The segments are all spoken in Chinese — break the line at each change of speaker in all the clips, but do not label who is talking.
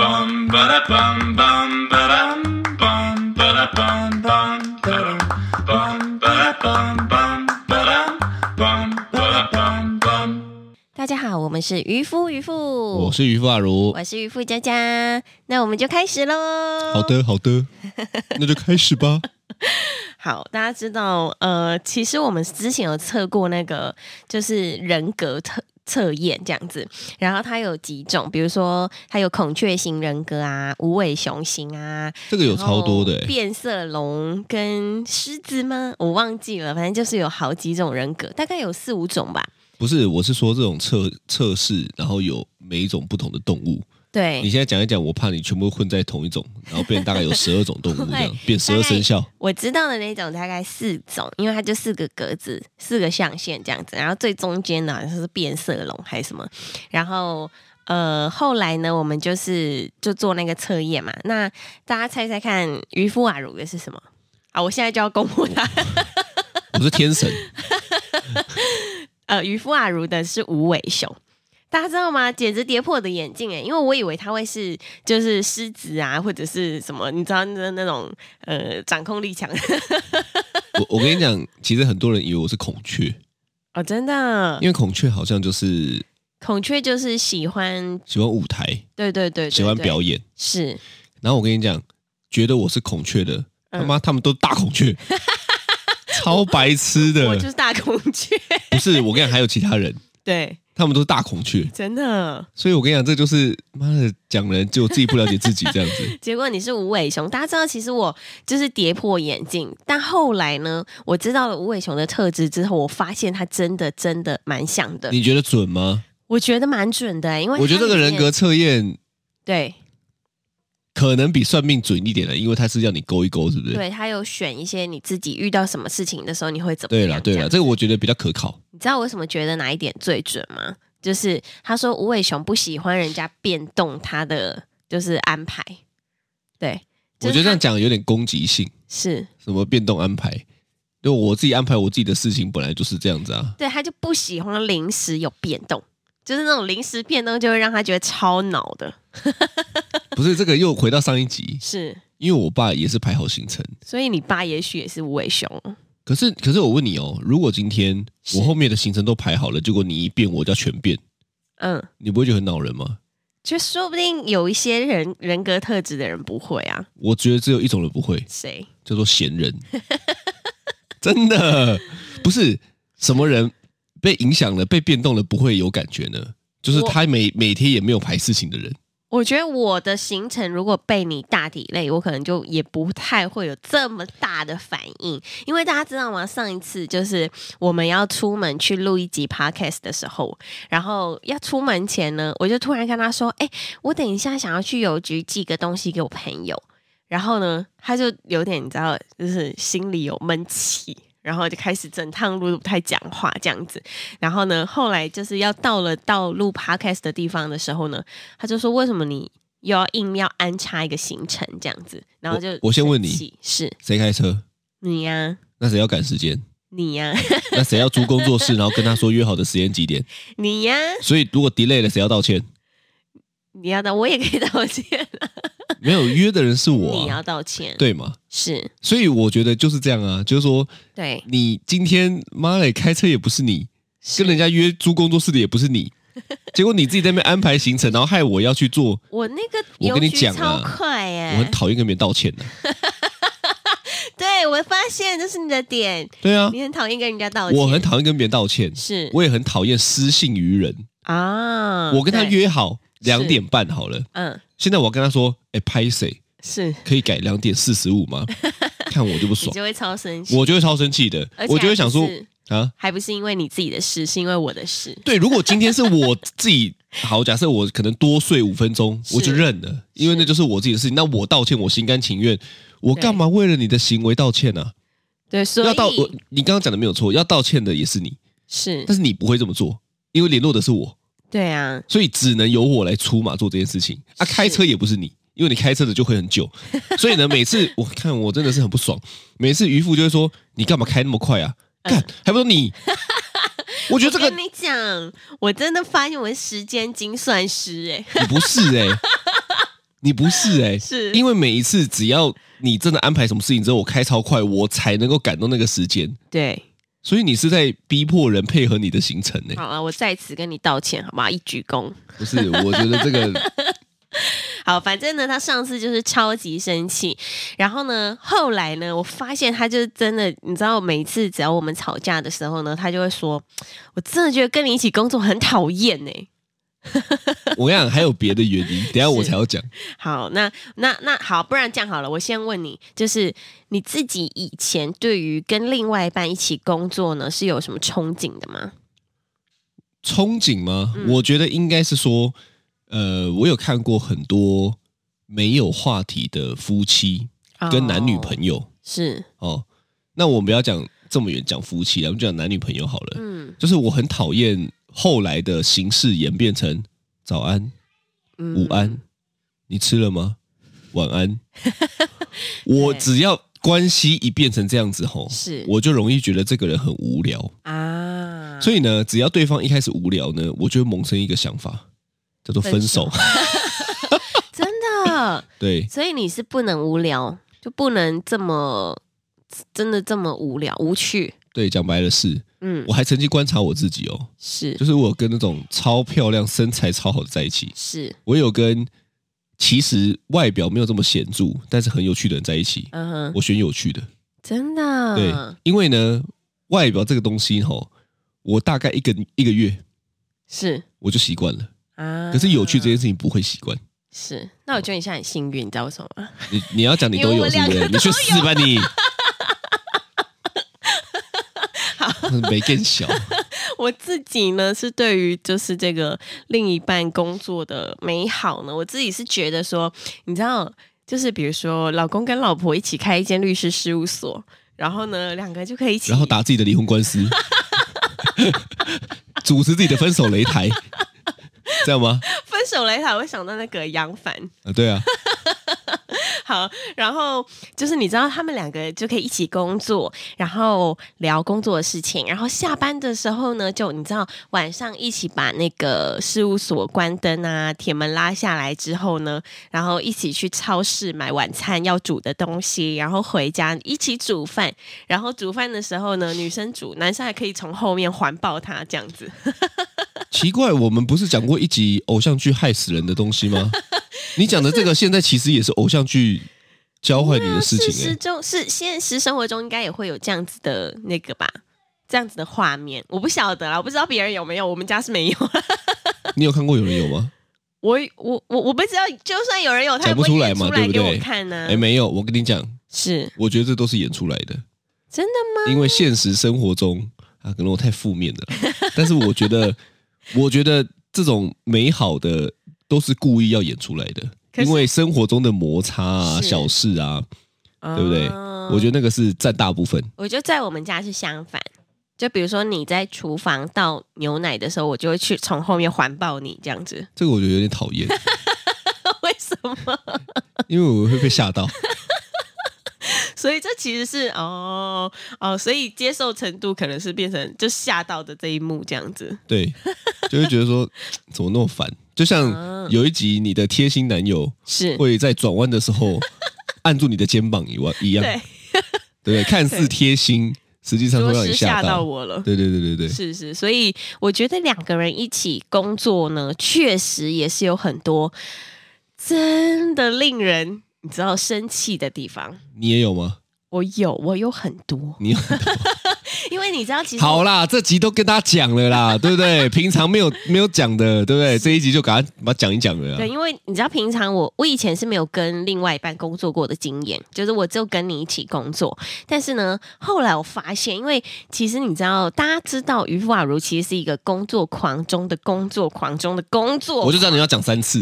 bum ba da bum bum ba dum bum ba da bum bum ba dum bum ba da bum bum ba dum bum ba da bum bum.
大家好，我们是渔夫渔妇，
我
我
是渔夫阿如。
是渔夫佳佳，那我们就开始喽。
好，的，好的，那就开始吧。
好，大家知道，呃，其实我们之前有测过那个就是人格测测验这样子，然后它有几种，比如说它有孔雀型人格啊、无尾熊型啊，
这个有超多的、
然后
欸，
变色龙跟狮子吗？我忘记了，反正就是有好几种人格，大概有四五种吧。
不是，我是说这种测测试，然后有每一种不同的动物。你
对，
现在讲一讲，我怕你全部混在同一种，然后变大概有十二种动物这 样
会，
变十二生肖。
我知道的那种大概四种，因为它就四个格子、四个象限这样子，然后最中间呢好像是变色龙还是什么，然后。呃，后来呢，我们就是就做那个测验嘛。那大家猜猜看，渔夫瓦鲁的是什么啊？我现在就要公布答案。哎
我是天神，
呃，渔夫阿如的是无尾熊。大家知道吗？简直跌破我的眼镜欸诶，因为我以为它会是就是狮子啊，或者是什么，你知道那那种呃掌控力强
我我跟你讲，其实很多人以为我是孔雀，
哦，真的
因。为孔雀好像就是
孔雀就是喜欢，
喜欢舞台，
对对对对
喜欢
对
表演。
是
然后我跟你讲，觉得我是孔雀的，
嗯
他妈他们都大孔 雀，超白痴的
我。就是大孔 雀，
不是，我跟你讲，还有其他人，
对，
他们都是大孔雀。
真的。。
所以我跟你讲，这就是妈的讲人，就自己不了解自己这样子
结果你是无尾熊，大家知道，其实我就是跌破眼镜。但后来呢，我知道了无尾熊的特质之后，我发现它真的真的蛮像的，
你觉得准吗？
我觉得蛮准的诶，因为
我觉得
它
这个
里
人
面
格测验
对。
可能比算命准一点的，因为他是要你勾一勾，是不是？
对他有选一些你自己遇到什么事情的时候你会怎么
对
样？
啦，对
这
啦，
样
这个我觉得比较可靠。
你知道我为什么觉得哪一点最准吗？就是他说无尾熊不喜欢人家变动他的就是安排，对，
我觉得这样
就是
讲有点攻击性，
他是
什么变动安排，就我自己安排我自己的事情，本来就是这样子啊。
对，他就不喜欢临时有变动，就是那种临时变动就会让他觉得超恼的，
不是这个又回到上一集，
是。
因为我爸也是排好行程，
所以你爸也许也是无尾熊，
可是可是我问你哦，如果今天
是
我后面的行程都排好了，结果你一变我就要全变，
嗯，
你不会觉得很恼人吗？
就说不定有一些人人格特质的人不会啊，
我觉得只有一种人不会，
谁？
叫做闲人， 真的不是什么人被影响了、被变动了不会有感觉呢？就是
我
他每每天也没有排事情的人，
我觉得我的行程如果被你大抵累，我可能就也不太会有这么大的反应，因为大家知道吗？上一次就是我们要出门去录一集 podcast 的时候，然后要出门前呢，我就突然跟他说：“哎、我等一下想要去邮局寄个东西给我朋友。”然后呢，他就有点你知道，就是心里有闷气。然后就开始整趟路都不太讲话这样子，然后呢，后来就是要到了到录 podcast 的地方的时候呢，他就说：“为什么你又要硬要安插一个行程这样子？”然后就
我我先问你
生气，是
谁开车？
你呀、
那谁要赶时间？
你呀、
那谁要租工作室，然后跟他说约好的时间几点？
你呀、
所以如果 delay 了，谁要道歉？
你要道，我也可以道歉啊，
没有约的人是我、
你
啊
要，道歉，，
对吗？
是，
所以我觉得就是这样啊，就是说
对，
你今天妈嘞开车也不是你，
是
跟人家约租工作室的也不 是你，结果你自己在那边安排行程，然后害我要去做，
我那个
我跟你
邮局
讲
超
啊
快
我
哎、
很讨厌跟别人道歉的、
对我发现这是你的点，
对啊，
你很讨厌跟人家道歉，
我很讨厌跟别人道歉，
是
我也很讨厌失信于人。
啊，
我跟他
对，
约好
是
两点半好了，
嗯，
现在我跟他说，哎、拍谁
是
可以改两点四十五吗？ 看我就不
你
爽，
就会超生气，
我就会超生气的
而，且
我就会想
还
说
不是
啊，
还不是因为你自己的事，是因为我的事，
对，如果今天是我自己。好，假设我可能多睡五分钟，
是
我就认了，因为那就是我自己的事情。那我道歉，我心甘情愿。我
对
干嘛为了你的行为道歉呢、啊？
对，所以
要道我，你刚刚讲的没有错，要道歉的也是你，
是
但是你不会这么做，因为联络的是我，
对啊，
所以只能由我来出马做这件事情。啊，
是
开车也不是你，因为你开车的就会很久，所以呢，每次我看我真的是很不爽，每次渔夫就会说你干嘛开那么快啊？
嗯
干，还不是你？我觉得这个
跟你讲，我真的发现我是时间精算师哎、
你不是哎、欸你不是哎、
是
因为每一次只要你真的安排什么事情之后，我开超快，我才能够赶到那个时间。
对，
所以你是在逼迫人配合你的行程呢、欸
好啊了，我在此跟你道歉，好吗？一鞠躬。
不是，我觉得这 个
好，反正呢，他上次就是超级生气，然后呢，后来呢，我发现他就是真的，你知道，每次只要我们吵架的时候呢，他就会说：“我真的觉得跟你一起工作很讨厌呢。
我跟你讲还有别的原因，等一下我
是
才要讲。”
好，那那那好，不然这样好了，我先问你，就是你自己以前对于跟另外一半一起工作呢，是有什么憧憬的吗？
憧憬吗？我觉得应该是说，呃，我有看过很多没有话题的夫妻跟男女
友
朋友
是，
哦那我们不要讲这么远，讲夫妻啊，我们就讲男女朋友好了。
嗯
就是我很讨厌后来的形式演变成早安、
嗯
午安，你吃了吗？晚安。 我只要关系一变成这样子吼，
是
我就容易觉得这个人很无聊。
啊，
所以呢，只要对方一开始无聊呢，我就会萌生一个想法，叫做分手。
真的。
对，
所以你是不能无聊，就不能这么真的这么无聊无趣。
对，讲白了是，
嗯，
我还曾经观察我自己哦，
是
就是我有跟那种超漂亮、身材超好的在一起，
是，
我有跟其实外表没有这么显著，但是很有趣的人在一起，
嗯哼，
我选有趣的。
真的，
对，因为呢，外表这个东西吼、我大概一个一个月
是
我就习惯了，
啊。
可是有趣这件事情不会习惯。
是，那我觉得你现在很幸运，你知道为什么吗？
你你要讲你都
因为我
有是不
两
是？
个
你去死吧你！没更小，
我自己呢是对于就是这个另一半工作的美好呢，我自己是觉得说，你知道，就是比如说老公跟老婆一起开一间律师事务所，然后呢两个就可以一起，
然后打自己的离婚官司， 主持自己的分手擂台，这样吗？
分手擂台，我想到那个杨凡。
啊，对啊，
好，然后就是你知道他们两个就可以一起工作，然后聊工作的事情，然后下班的时候呢，就你知道晚上一起把那个事务所关灯啊，铁门拉下来之后呢，然后一起去超市买晚餐要煮的东西，然后回家一起煮饭，然后煮饭的时候呢，女生煮，男生还可以从后面环抱她这样子。
奇怪，我们不是讲过一集偶像剧害死人的东 西吗？你讲的这个现在其实也是偶像剧教坏你的事
事
情哎、
实中是现实生活中应该也会有这样子的那个吧，这样子的画面，我不晓得啦，我不知道别人有没有，我们家是没有。啊
欸你有看过有人有吗？
我我我我不知道，就算有人有，他也
讲不
会
出来
演
嘛
出来
对不
给我
对
看呢、
哎、没有，我跟你讲，
是
我觉得这都是演出来的。
真的吗？
因为现实生活中啊，可能我太负面了啦，但是我觉得， 我觉得这种美好的都是故意要演出来的，
可是
因为生活中的摩擦啊、
是啊
小事啊，对不对？我觉
得，
得那个是占大部分。
哦我觉得在我们家是相反。就比如说你在厨房倒牛奶的时候，我就会去从后面环抱你这样子。
这个我觉得有点讨厌，
为什么？
因为我会被吓到。
所以这其实是哦哦，所以接受程度可能是变成就吓到的这一幕这样子。
对，就会觉得说怎么那么烦。就
啊
像有一集你的贴心男友
是，
会在转弯的 时候按住你的肩膀一样一样，
对，
对不对？看似
对
贴心，实际上会
着
让
实
你
吓
吓
到
到。
我了。
对对对对对，
是是，所以我觉得两个人一起工作呢，确实也是有很多真的令人你知道生气的地方。
你也有吗？
我有，我有很多，
你有
因为你知道，其实
好啦，这集都跟大家讲了啦，对 不对？平常没有没有讲的，对不对？这一集就给他把它讲一讲了
对，
啦。
因为你知道，平常我我以前是没有跟另外一半工作过的经验，就是我只有跟你一起工作。但是呢，后来我发现，因为其实你知道，大家知道于富雅如其实是一个工作狂中的工作狂中的工作
我就知道你要讲三次，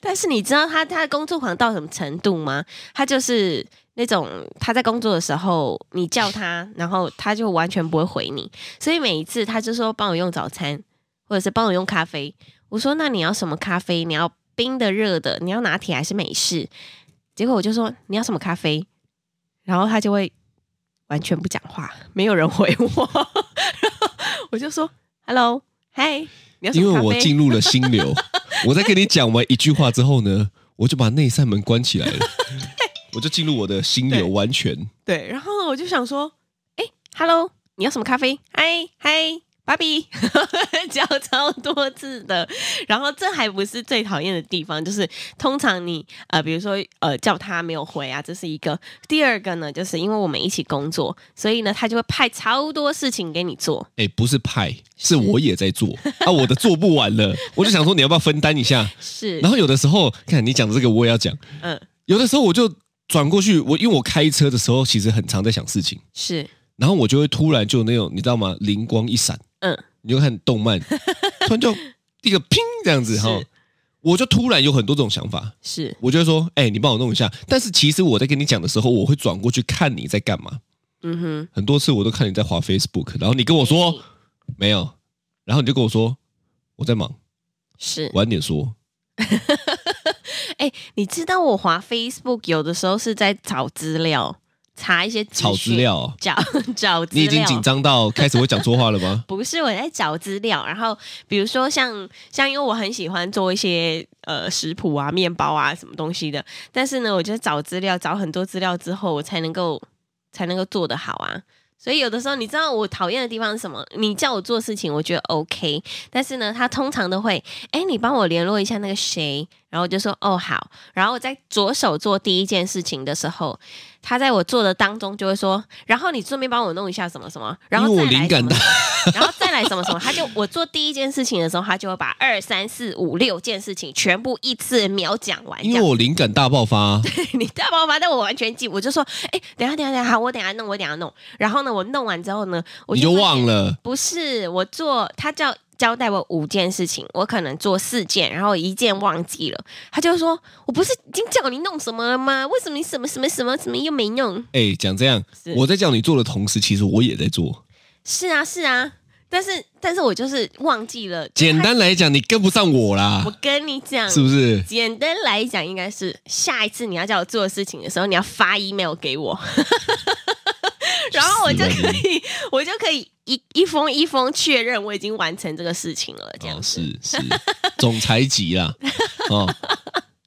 但是你知道他他的工作狂到什么程度吗？他就是那种他在工作的时候，你叫他，然后他就完全不会回你。所以每一次他就说帮我用早餐，或者是帮我用咖啡。我说那你要什么咖啡？你要冰的、热的？你要拿铁还是美式？结果我就说你要什么咖啡，然后他就会完全 不讲话，没有人回我。然后我就说 Hello，嗨，你要什
因
么
为
咖
我
啡
进入了心 流。我在跟你讲完一句话之后呢，我就把那扇门关起来 了，我就进入我的心流，
对
完全
对，然后我就想说，哎，Hello，你要什么咖啡？嗨嗨，芭比， 教超多次的。然后这还不是最讨厌的地方，就是通常你呃，比如说呃，叫他没有回啊，这是一个。第二个呢，就是因为我们一起工作，所以呢，他就会派超多事情给你做。
哎、不是派，是我也在做啊，我的做不完 了，我就想说你要不要分担一下？
是
然，后有的时候，看你讲的这个我也要讲，
嗯，
有的时候我就转过去，我因为我开车的时候其实很常在想事情，
是，
然后我就会突然就那种你知道吗？灵光一闪，
嗯，
你就看 动漫，突然就一个拼这样子
是
哈，我就突然有很多这种想法，
是，
我就会说，哎、你帮我弄一下。但是其实我在跟你讲的时候，我会转过去看你在干嘛。
嗯哼，
很多次我都看你在滑 Facebook，然后你跟我
嗯
说没有，然后你就跟我说我在忙，
是。
晚点说。
哎、你知道我滑 Facebook 有的时候是在找资料，查一些资
炒资
讯，
料哦、
找 找资料。？
你已经紧张到开始会讲错话了吗
不是我在找资料，然后比如说像像，因为我很喜欢做一些呃食谱啊、面包啊什么东西的，但是呢，我就找资料，找很多资料之后，我才能够才能够做得好啊。所以有的时候，你知道我讨厌的地方是什么？你叫我做事情，我觉得 OK，但是呢，他通常都会，哎，你帮我联络一下那个谁，然后我就说哦好，然后我在着手做第一件事情的时候，他在我做的当中就会说，然后你顺便帮我弄一下什么什么，然后
因为我
再来
灵感
什么什么然后再来什么什么，他就我做第一件事情的时候，他就会把二三四五六件事情全部一次秒哎讲完，这
因
样
为我灵感大爆发啊、
你大爆发，但我完全记，我就说，哎、等一下，等一下，等一下，好，我等一下弄，我等一下弄。然后呢，我弄完之后呢，我
你就
发现
忘，了。
不是我做，他叫交代我五件事情，我可能做四件，然后一件忘记了，他就说，我不是已经叫你弄什么了吗？为什么你什么什么什么什么又没弄？
哎，讲这样
是，
我在叫你做的同时，其实我也在做。
是啊，是啊，但是但是我就是忘记了，
简单来讲，你跟不上我啦
我，跟你讲，
是不是？
简单来讲，应该是下一次你要叫我做的事情的时候，你要发 email 给 我，然后我就可以，我就可以一一封一封确认我已经完成这个事情了，这样
哦，
子、
是是，总裁级啦，哦，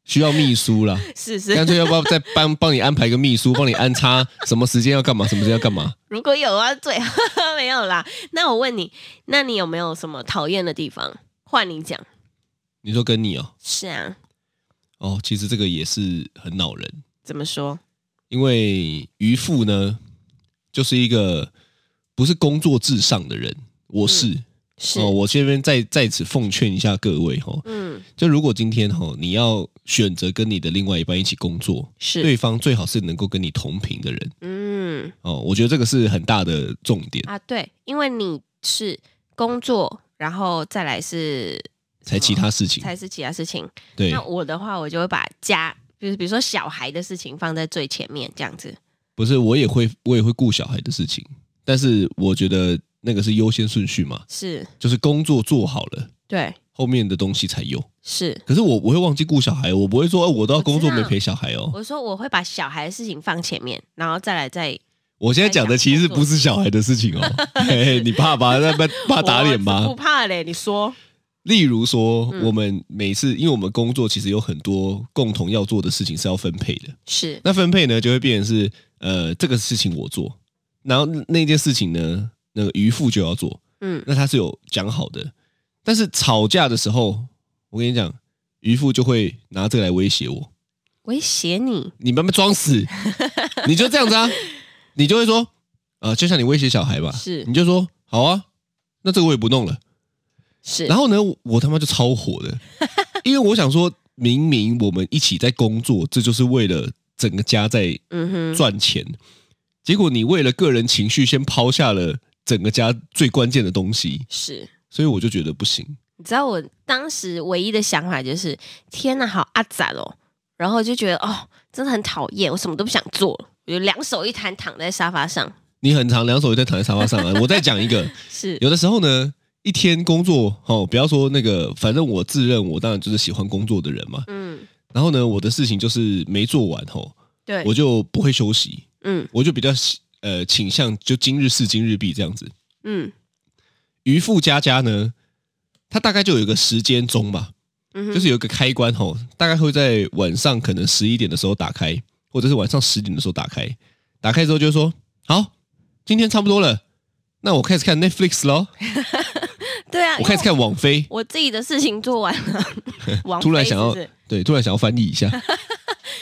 需要秘书啦，
是是
干脆要不要再帮 帮你安排个秘书，帮你安插什么时间要干嘛，什么时间要干嘛？
如果有啊，最好没有啦。那我问你，那你有没有什么讨厌的地方？换你讲。
你说跟你哦，
是啊，
哦，其实这个也是很恼人，
怎么说？
因为渔父呢，就是一个不是工作至上的人，我是、
嗯是，
哦，我这边在在此奉劝一下各位哦，
嗯，
就如果今天哦你要选择跟你的另外一半一起工作，
是，
对方最好是能够跟你同频的人
嗯
哦，我觉得这个是很大的重点，
啊，对，因为你是工作，然后再来是
才其他事情
才是其他事情。
对
那，我的话，我就会把家，就是比如说小孩的事情放在最前面，这样子。
不是我也会我也会顾小孩的事情，但是我觉得那个是优先顺序嘛，
是，
就是工作做好了，
对，
后面的东西才有。
是。
可是我我会忘记顾小孩，我不会说、哦我都要工作
我知
没
道
陪小孩哦。
我说我会把小孩的事情放前面，然后再来再
我现在讲的其实不是小孩的事情 哦，嘿嘿你怕吧？那怕怕打脸
我
吧
不？怕嘞，你说
例如说，
嗯
我们每次因为我们工作其实有很多共同要做的事情是要分配的，
是
那分配呢就会变成是呃这个事情我做，然后那件事情呢，那个渔父就要做，
嗯
那他是有讲好的。但是吵架的时候，我跟你讲，渔父就会拿这个来威胁我，
威胁你
你慢慢装 死，你就这样子啊，你就会说，呃，就像你威胁小孩吧，
是
你就说好啊，那这个我也不弄了。
是
然后呢，我我他妈就超火的，因为我想说，明明我们一起在工作，这就是为了整个家在
嗯哼
赚钱，结果你为了个人情绪，先抛下了整个家最关键的东西，
是。
所以我就觉得不行。
你知道我当时唯一的想法就是天哪，好阿展哦，然后就觉得哦，真的很讨厌，我什么都不想做了，我就两手一摊躺在沙发上。
你很长两手一摊躺在沙发上 啊。我再讲一个，
是
有的时候呢，一天工作哦，不要说那个，反正我自认我当然就是喜欢工作的人嘛。
嗯，
然后呢，我的事情就是没做完哦，
对，
我就不会休息，
嗯
我就比较喜呃倾向就今日事今日毕这样子。
嗯
渔夫佳佳呢，它大概就有一个时间钟吧，
嗯哼
就是有一个开关吼，大概会在晚上可能十一点的时候打开，或者是晚上十点的时候打开。打开之后就说：“好，今天差不多了，那我开始看 Netflix 咯，
对啊，
我开始看网飞。
我自己的事情做完 了，王
突然
菲
想
是
要
不是
对，突然想要翻译 一下，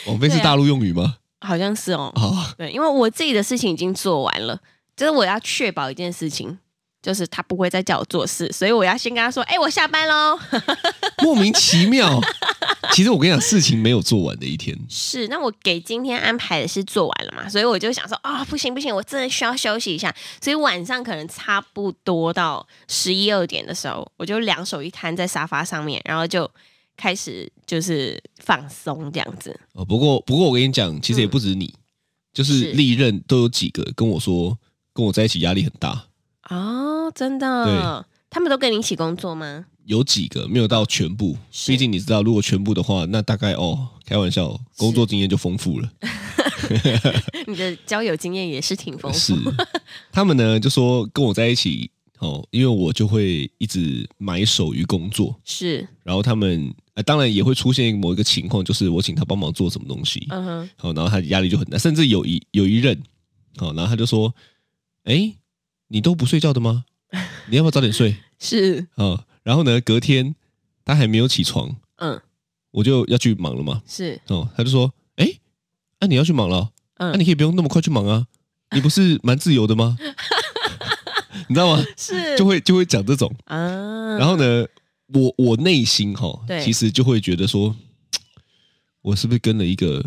网飞是
对啊
大陆用语吗？
好像是哦，
啊，
对，因为我自己的事情已经做完了，就是我要确保一件事情，就是他不会再叫我做事，所以我要先跟他说，哎、我下班喽。
莫名其妙。其实我跟你讲，事情没有做完的一天，
是，那我给今天安排的是做完了嘛，所以我就想说，啊、不行不行，我真的需要休息一下，所以晚上可能差不多到十一二点的时候，我就两手一摊在沙发上面，然后就开始就是放松这样子，
哦，不过不过我跟你讲，其实也
嗯
不止你，就是是历任都有几个跟我说，跟我在一起压力很大，
哦，真的，他们都跟你一起工作吗？
有几个没有到全部，
是
毕竟你知道，如果全部的话，那大概哦，开玩笑，工作经验就丰富了。
你的交友经验也是挺丰富
是，他们呢就说跟我在一起哦，因为我就会一直埋首于工作，
是，
然后他们呃，当然也会出现某一个情况，就是我请他帮忙做什么东西，
嗯哼，
好、然后他压力就很大，甚至有一有一任，好、然后他就说：“哎，你都不睡觉的吗？你要不要早点睡
是，？”
啊、然后呢，隔天他还没有起床，
嗯，
我就要去忙了嘛。
是，
哦，他就说：“哎，那、你要去忙了哦，那、
嗯，
你可以不用那么快去忙啊，你不是蛮自由的 吗？”你知道吗？
是
就会就会讲这种，
啊，
然后呢，我我内心哈、
对
其实就会觉得说，我是不是跟了一个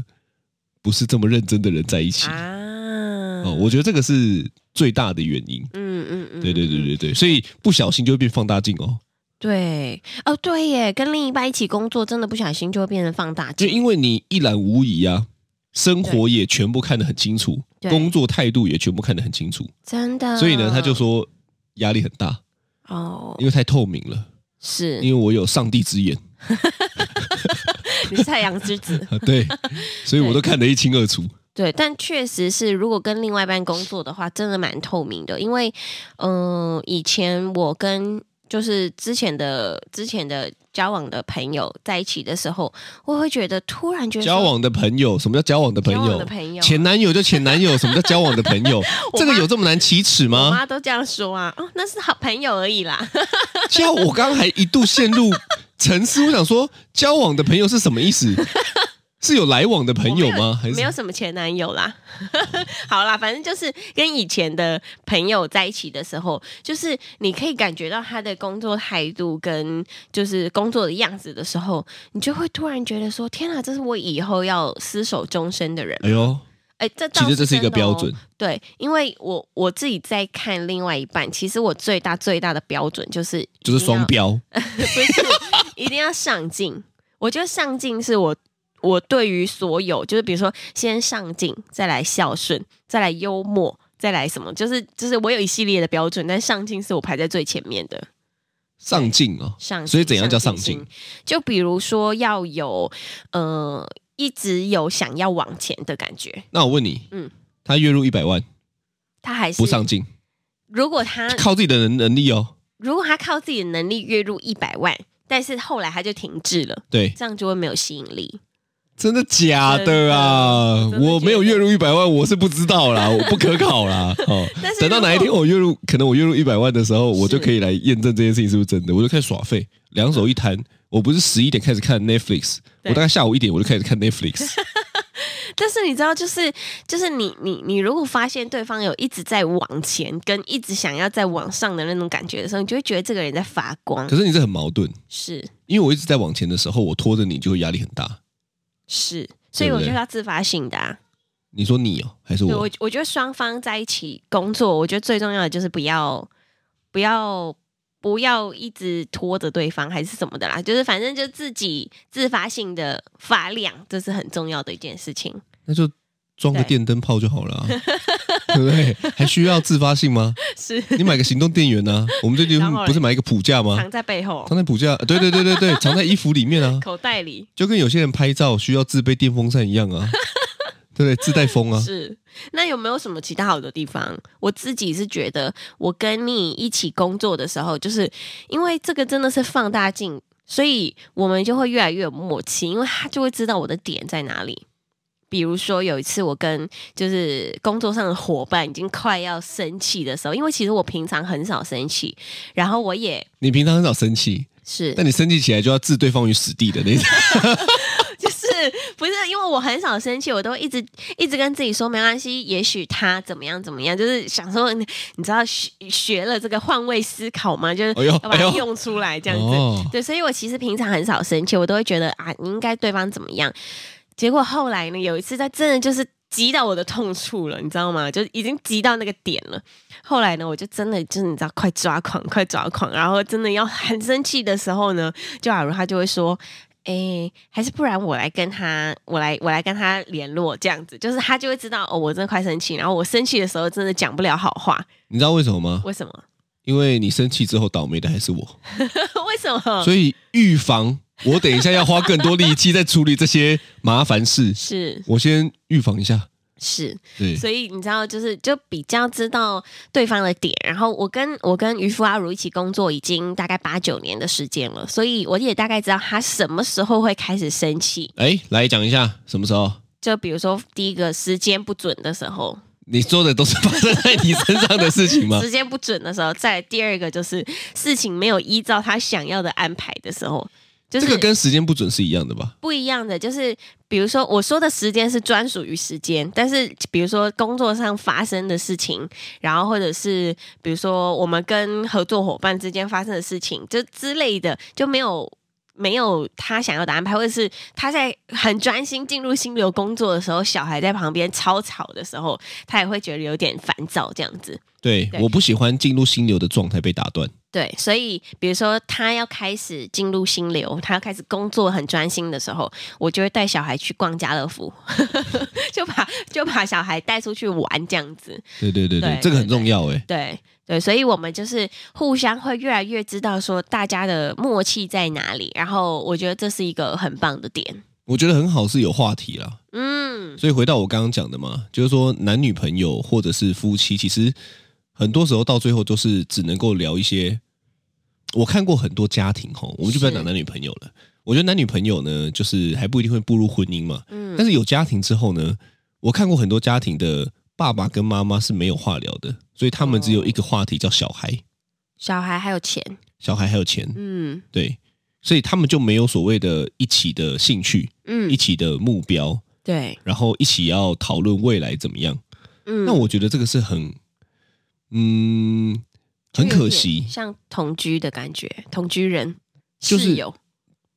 不是这么认真的人在一起？
啊，
哦，我觉得这个是最大的原因。
嗯嗯嗯，
对对对
嗯
对对，所以不小心就会变放大镜哦，
对，哦对耶，跟另一半一起工作，真的不小心就会变成放大
就
镜，
因为你一览无遗啊，生活也全部看得很清楚，
对
工作态度也全部看得很清楚，
真的。
所以呢，他就说压力很大，
哦
因，为太透明了，
是
因为我有上帝之眼，
你是太阳之子，
啊对，所以我都看得一清二楚。
对，但确实是，如果跟另外一半工作的话，真的蛮透明的。因为，嗯、以前我跟就是之前的之前的交往的朋友在一起的时候，我会觉得突然觉得说
交往的朋友，什么叫交往的朋
交往
友
的？朋友，
前男友就前 男友，什么叫交往的朋友？
我
这个
妈
有这么难启齿
我
吗？
妈都这样说啊，哦，那是好朋友而已啦。
像我刚刚还一度陷入沉思，我想说交往的朋友是什么 意思？是有来往的朋友吗？还是
没有什么前男友啦， 好啦，反正就是跟以前的朋友在一起的时候，就是你可以感觉到他的工作态度跟就是工作的样子的时候，你就会突然觉得说：天啊，这是我以后要厮守终身的人。
哎呦，
哎、这倒
其实这是一个
真的哦
标准。
对，因为我我自己在看另外一半，其实我最大最大的标准就是
就是双
标，
标。
不是一定要上进。我觉得上进是我我对于所有，就是比如说先上进，再来孝顺，再来幽默，再来什么，就是就是我有一系列的标准，但上进是我排在最前面的。
上进哦，
上进，
所以怎样叫上
上
进
心？就比如说要有呃，一直有想要往前的感觉。
那我问你，
嗯
他月入一百万
他还是嗯
不上进，
如果他
靠自己的能能力哦，
如果他靠自己的能力月入一百万，但是后来他就停滞了，
对，
这样就会没有吸引力。
真的假的啊？
真的真的
我没有月入一百万，我是不知道啦， 我不可考啦。哦
但，是
等到哪一天
如
我月入，可能我月入一百万的时候，我就是可以来验证这件事情是不是真的。我就开始耍废，两手一摊。我不是十一点开始看 Netflix，我
对
大概下午一点我就开始看 Netflix。
但是你知道，就是就是你你你如果发现对方有一直在往前，跟一直想要再往上的那种感觉的时候，你就会觉得这个人在发光
可。是你这很矛盾，
是
因为我一直在往前的时候，我拖着你就会压力很大。
是，所以
对不
我
对
觉得要自发性的、啊。
你说你哦，还是
对
我
我？我觉得双方在一起工作，我觉得最重要的就是不要不要不要一直拖着对方还是什么的啦，就是反正就自己自发性的发亮，这是很重要的一件事 情。
那就装个
对
电灯泡就好 了、啊，对不对？还需要自发性吗？
是
你买个行动电源啊？我们最 近
然后嘞
不是买一个谱架吗？
藏在背后
藏在谱架，呃对对对对对，藏在衣服里 面啊，
口袋里。
就跟有些人拍照需要自备电风扇一样啊，对不对？自带风啊，
是，那有没有什么其他好的地方？我自己是觉得，我跟你一起工作的时候，就是因为这个真的是放大镜，所以我们就会越来越有默契，因为他就会知道我的点在哪里。比如说有一次，我跟就是工作上的伙伴已经快要生气的时候，因为其实我平常很少生气，然后我也
你平常很少生气，
是
但你生气起来就要置对方于死地的那种。
就是不是因为我很少生气，我都一直一直跟自己说没关系，也许他怎么样怎么样，就是想说你你知道学学了这个换位思考嘛，就是
哎呦
要把
哎
它
呦
用出来这样子。
哦
对，所以我其实平常很少生气，我都会觉得啊，你应该对方怎么样。结果后来呢，有一次他真的就是急到我的痛处了，你知道吗？就已经急到那个点了。后来呢，我就真的就是你知道，快抓狂，快抓狂，然后真的要很生气的时候呢，就假如他就会说。哎、还是不然我来跟他，我来我来跟他联络，这样子，就是他就会知道哦，我真的快生气，然后我生气的时候真的讲不了好话，
你知道为什么吗？
为什么？
因为你生气之后倒霉的还是我，
为什么？
所以预防我等一下要花更多力气在处理这些麻烦事，
是
我先预防一下。
是，
对，
所以你知道，就是就比较知道对方的点。然后我跟我跟渔夫阿如一起工作已经大概八九年的时间了，所以我也大概知道他什么时候会开始生气。
哎，来讲一下什么时候？
就比如说第一个时间不准的时候，
你说的都是发生在你身上的事情吗？
时间不准的时候，再来第二个就是事情没有依照他想要的安排的时候，就是
这个跟时间不准是一样的吧？
不一样的，就是比如说我说的时间是专属于时间，但是比如说工作上发生的事情，然后或者是比如说我们跟合作伙伴之间发生的事情，就之类的，就没有。没有他想要的安排，或者是他在很专心进入心流工作的时候，小孩在旁边超吵的时候，他也会觉得有点烦躁这样子。
对，
对
我不喜欢进入心流的状态被打断。
对，所以比如说他要开始进入心流，他要开始工作很专心的时候，我就会带小孩去逛家乐福， 就把就把小孩带出去玩这样子。
对对对对，
对
这个很重要哎。
对对，所以我们就是互相会越来越知道说大家的默契在哪里，然后我觉得这是一个很棒的点。
我觉得很好是有话题啦，
嗯，
所以回到我刚刚讲的嘛，就是说男女朋友或者是夫妻，其实很多时候到最后都是只能够聊一些。我看过很多家庭吼，我们就不要
是
讲男女朋友了。我觉得男女朋友呢，就是还不一定会步入婚姻嘛。
嗯
但是有家庭之后呢，我看过很多家庭的爸爸跟妈妈是没有话聊的，所以他们
哦
只有一个话题叫小孩，
小孩还有钱，
小孩还有钱，
嗯
对，所以他们就没有所谓的一起的兴趣、一
嗯，
起的目标，
对，
然后一起要讨论未来怎么样。
嗯，
那我觉得这个是很，嗯，很
就有
可
点
惜，
像同居的感觉，同居人
就是
室友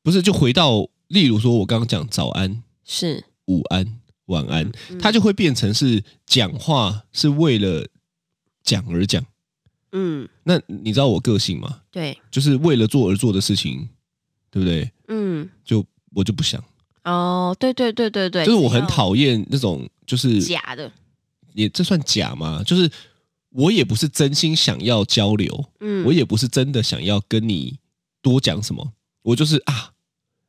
不是就回到，例如说我刚刚讲早安、
是
午安、晚安，
嗯
它就会变成是讲话是为了讲而讲。
嗯，
那你知道我个性吗？
对，
就是为了做而做的事情，对不对？
嗯。
就我就不想，
哦，对对对对对，
就是我很
只要
讨厌那种，就是
假的，
也这算假吗？就是我也不是真心想要交流，
嗯，
我也不是真的想要跟你多讲什么，我就是啊，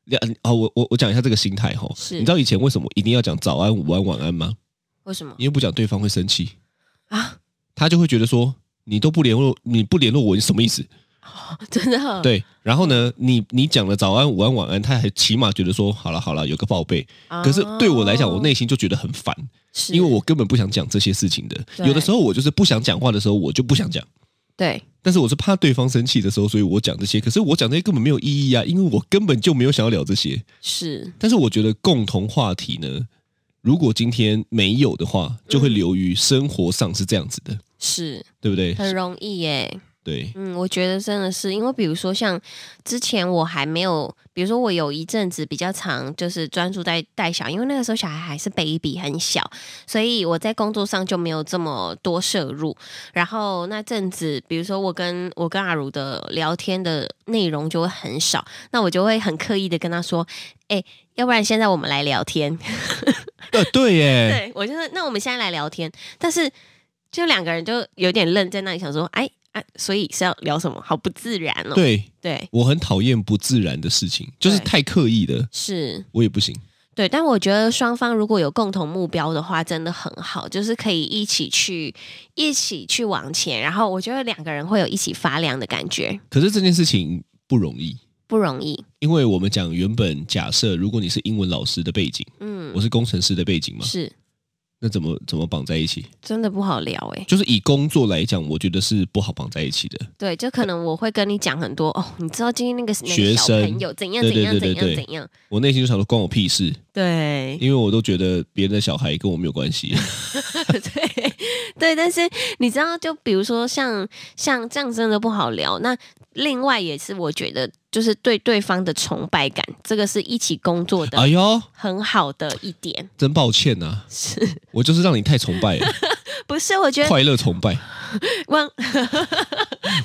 两啊，我我我讲一下这个心态哈。
是
你知道以前为什么一定要讲早安、午安、晚安吗？
为什么
因为不讲对方会生气，
啊？
他就会觉得说你都不联络，你不联络我，你什么意思？
真的，啊
对，然后呢，你你讲了早安、午安、晚安，他还起码觉得说好了好了，有个报备。
哦，
可是对我来讲，我内心就觉得很烦，
是
因为我根本不想讲这些事情的。
对
有的时候我就是不想讲话的时候，我就不想讲。
对
但是我是怕对方生气的时候，所以我讲这些。可是我讲这些根本没有意义啊，因为我根本就没有想要聊这些。
是
但是我觉得共同话题呢，如果今天没有的话，就会流于生活上是这样子的，
是
对不对？
很容易耶，
对，
嗯，我觉得真的是，因为比如说像之前我还没有，比如说我有一阵子比较长，就是专注在带小，因为那个时候小孩还是 baby 很小，所以我在工作上就没有这么多摄入。然后那阵子，比如说我跟我跟阿如的聊天的内容就会很少，那我就会很刻意的跟他说，哎、要不然现在我们来聊天，
呃，对耶，
对我就是，那我们现在来聊天，但是就两个人就有点愣在那里，想说，哎哎、所以是要聊什么？好不自然哦。
对
对
我很讨厌不自然的事情，就是
对
太刻意的，
是，
我也不行。
对，但我觉得双方如果有共同目标的话，真的很好，就是可以一起去一起去往前，然后我觉得两个人会有一起发亮的感觉，
可是这件事情不容易，
不容易。
因为我们讲原本假设，如果你是英文老师的背景，
嗯
我，是工程师的背景嘛，
是
那怎么怎么绑在一起？
真的不好聊哎、
就是以工作来讲，我觉得是不好绑在一起的。
对，就可能我会跟你讲很多哦，你知道今天那个哪
学
个小
生
朋友怎样
对
怎
对
样怎
对对
样
对
怎样，
我内心就想说，关我屁事，
对，
因为我都觉得别人的小孩跟我没有关 系。
对 对，但是你知道，就比如说像像这样真的不好聊。那另外也是，我觉得就是对对方的崇拜感，这个是一起工作
哎
的
呦，
很好的一点。
真抱歉呐、
是
我就是让你太崇拜 了，
不是？我觉得
快乐 崇拜，
忘。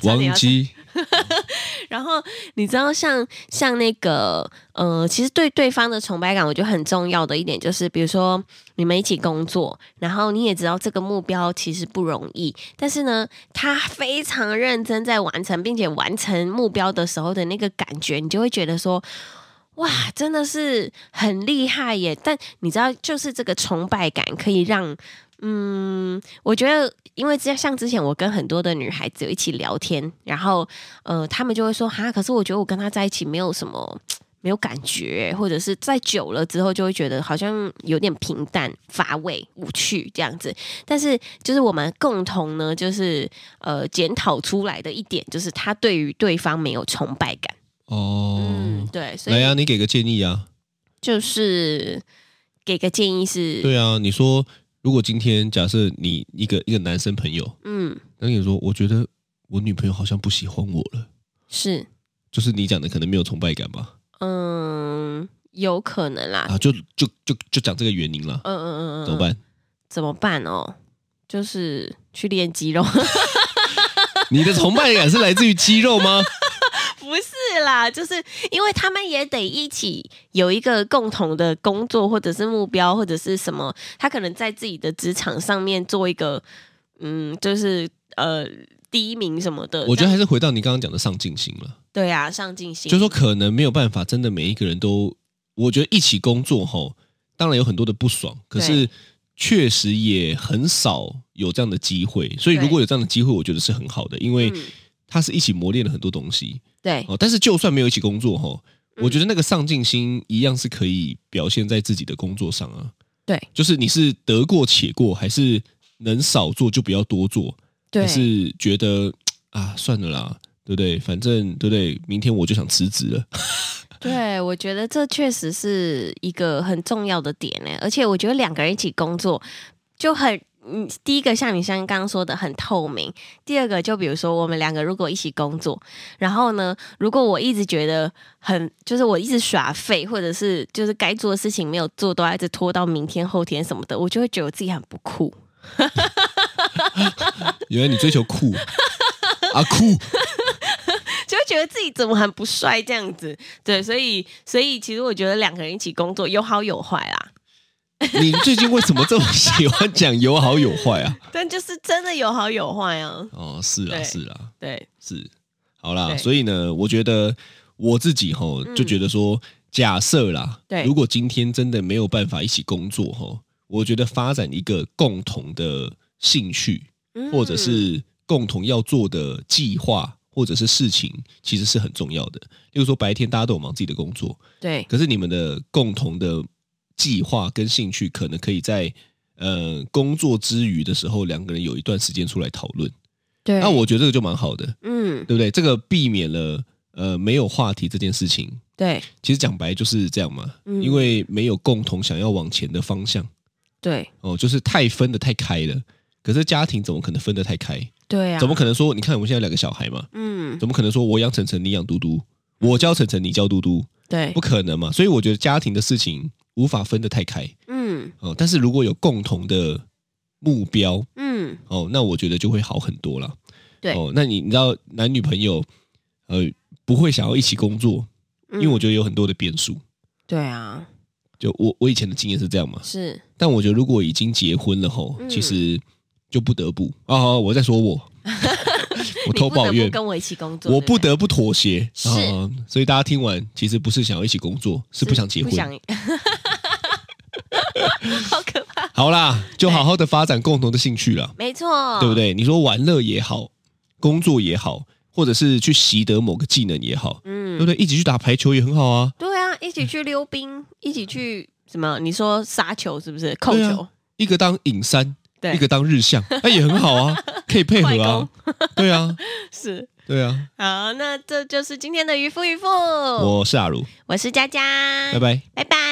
王
点要
姬。
然后你知道像，像那个呃，其实对对方的崇拜感，我觉得很重要的一点就是，比如说你们一起工作，然后你也知道这个目标其实不容易，但是呢，他非常认真在完成，并且完成目标的时候的那个感觉，你就会觉得说。哇，真的是很厉害耶！但你知道，就是这个崇拜感可以让，嗯，我觉得，因为之像之前我跟很多的女孩子有一起聊天，然后呃，他们就会说哈，可是我觉得我跟他在一起没有什么没有感觉，或者是在久了之后就会觉得好像有点平淡、乏味、无趣这样子。但是就是我们共同呢，就是呃检讨出来的一点，就是他对于对方没有崇拜感。
哦，
嗯，对，所
来
以
啊，你给个建议啊。
就是给个建议是，
对啊，你说如果今天假设你一个一个男生朋友，
嗯，
那你说我觉得我女朋友好像不喜欢我了，
是，
就是你讲的可能没有崇拜感吧？
嗯，有可能啦。
啊，就就就就讲这个原因啦，
嗯嗯嗯嗯，嗯
怎么？办？
怎么办哦？就是去练肌肉，
你的崇拜感是来自于肌肉吗？
不是啦，就是因为他们也得一起有一个共同的工作，或者是目标，或者是什么，他可能在自己的职场上面做一个，嗯，就是呃第一名什么的。
我觉
呃
得
但
还是回到你刚刚讲的上进心了，
对啊，上进心
就是说可能没有办法，真的每一个人都，我觉得一起工作吼，当然有很多的不爽，可是确实也很少有这样的机会，所以
对
如果有这样的机会，我觉得是很好的，因为
嗯
它是一起磨练了很多东西
对
哦。但是就算没有一起工作吼，
嗯
我觉得那个上进心一样是可以表现在自己的工作上啊，
对
就是你是得过且过，还是能少做就不要多做，
对
还是觉得啊，算了啦，对不对？反正对不对？明天我就想辞职了。
对，我觉得这确实是一个很重要的点呢。而且我觉得两个人一起工作就很，嗯，第一个像你像刚刚说的很透明，第二个就比如说我们两个如果一起工作，然后呢，如果我一直觉得很就是我一直耍废，或者是就是该做的事情没有做，都要一直拖到明天后天什么的，我就会觉得我自己很不酷。
原来你追求酷 啊酷，
就会觉得自己怎么很不帅这样子，对，所以所以其实我觉得两个人一起工作有好有坏啦，
你最近为什么这么喜欢讲有好有坏啊？
但就是真的有好有坏啊，
哦，是啦
对
是啦
对，
是，好啦，
对嗯
所以呢，我觉得我自己吼就觉得说，假设啦，
对
如果今天真的没有办法一起工作吼，我觉得发展一个共同的兴趣，
嗯
或者是共同要做的计划或者是事情，其实是很重要的。例如说，白天大家都有忙自己的工作，
对
可是你们的共同的计划跟兴趣，可能可以在呃工作之余的时候，两个人有一段时间出来讨论。
对
那我觉得这个就蛮好的，
嗯
对不对？这个避免了呃没有话题这件事情。
对
其实讲白就是这样嘛，
嗯
因为没有共同想要往前的方向
对
哦，就是太分得太开了。可是家庭怎么可能分得太开？
对啊，
怎么可能说？你看我们现在有两个小孩嘛，
嗯
怎么可能说我养晨晨，你养嘟嘟，我教晨晨，你教嘟嘟，
对
不可能嘛？所以我觉得家庭的事情无法分得太开
嗯
哦。但是如果有共同的目标
嗯
哦，那我觉得就会好很多了。
对
哦，那你你知道男女朋友呃不会想要一起工作，因为我觉得有很多的变数。
嗯对啊
就我我以前的经验是这样嘛，
是
但我觉得如果已经结婚了吼，
嗯
其实就不得不哦，好我在说我， 我偷
你不得
抱
不
怨，
跟我一起工作，
我
对不
不
对
得不妥协，
是
啊所以大家听完，其实不是想要一起工作，是不想结婚
不。想好可怕。
好啦，就好好的发展共同的兴趣啦，
没错，
对不？对？你说玩乐也好，工作也好，或者是去习得某个技能也好，对不
嗯，
对？一起去打排球也很好啊，
对啊，一起去溜冰，一起去什么？你说杀球是不是？扣
对啊
球？
一个当影山，
对，
一个当日向，那也很好 啊，可以配合啊，对啊，
是。
对 啊。
好，那这就是今天的渔夫渔夫，
我是阿如，
我是佳佳，
拜，拜。
拜拜。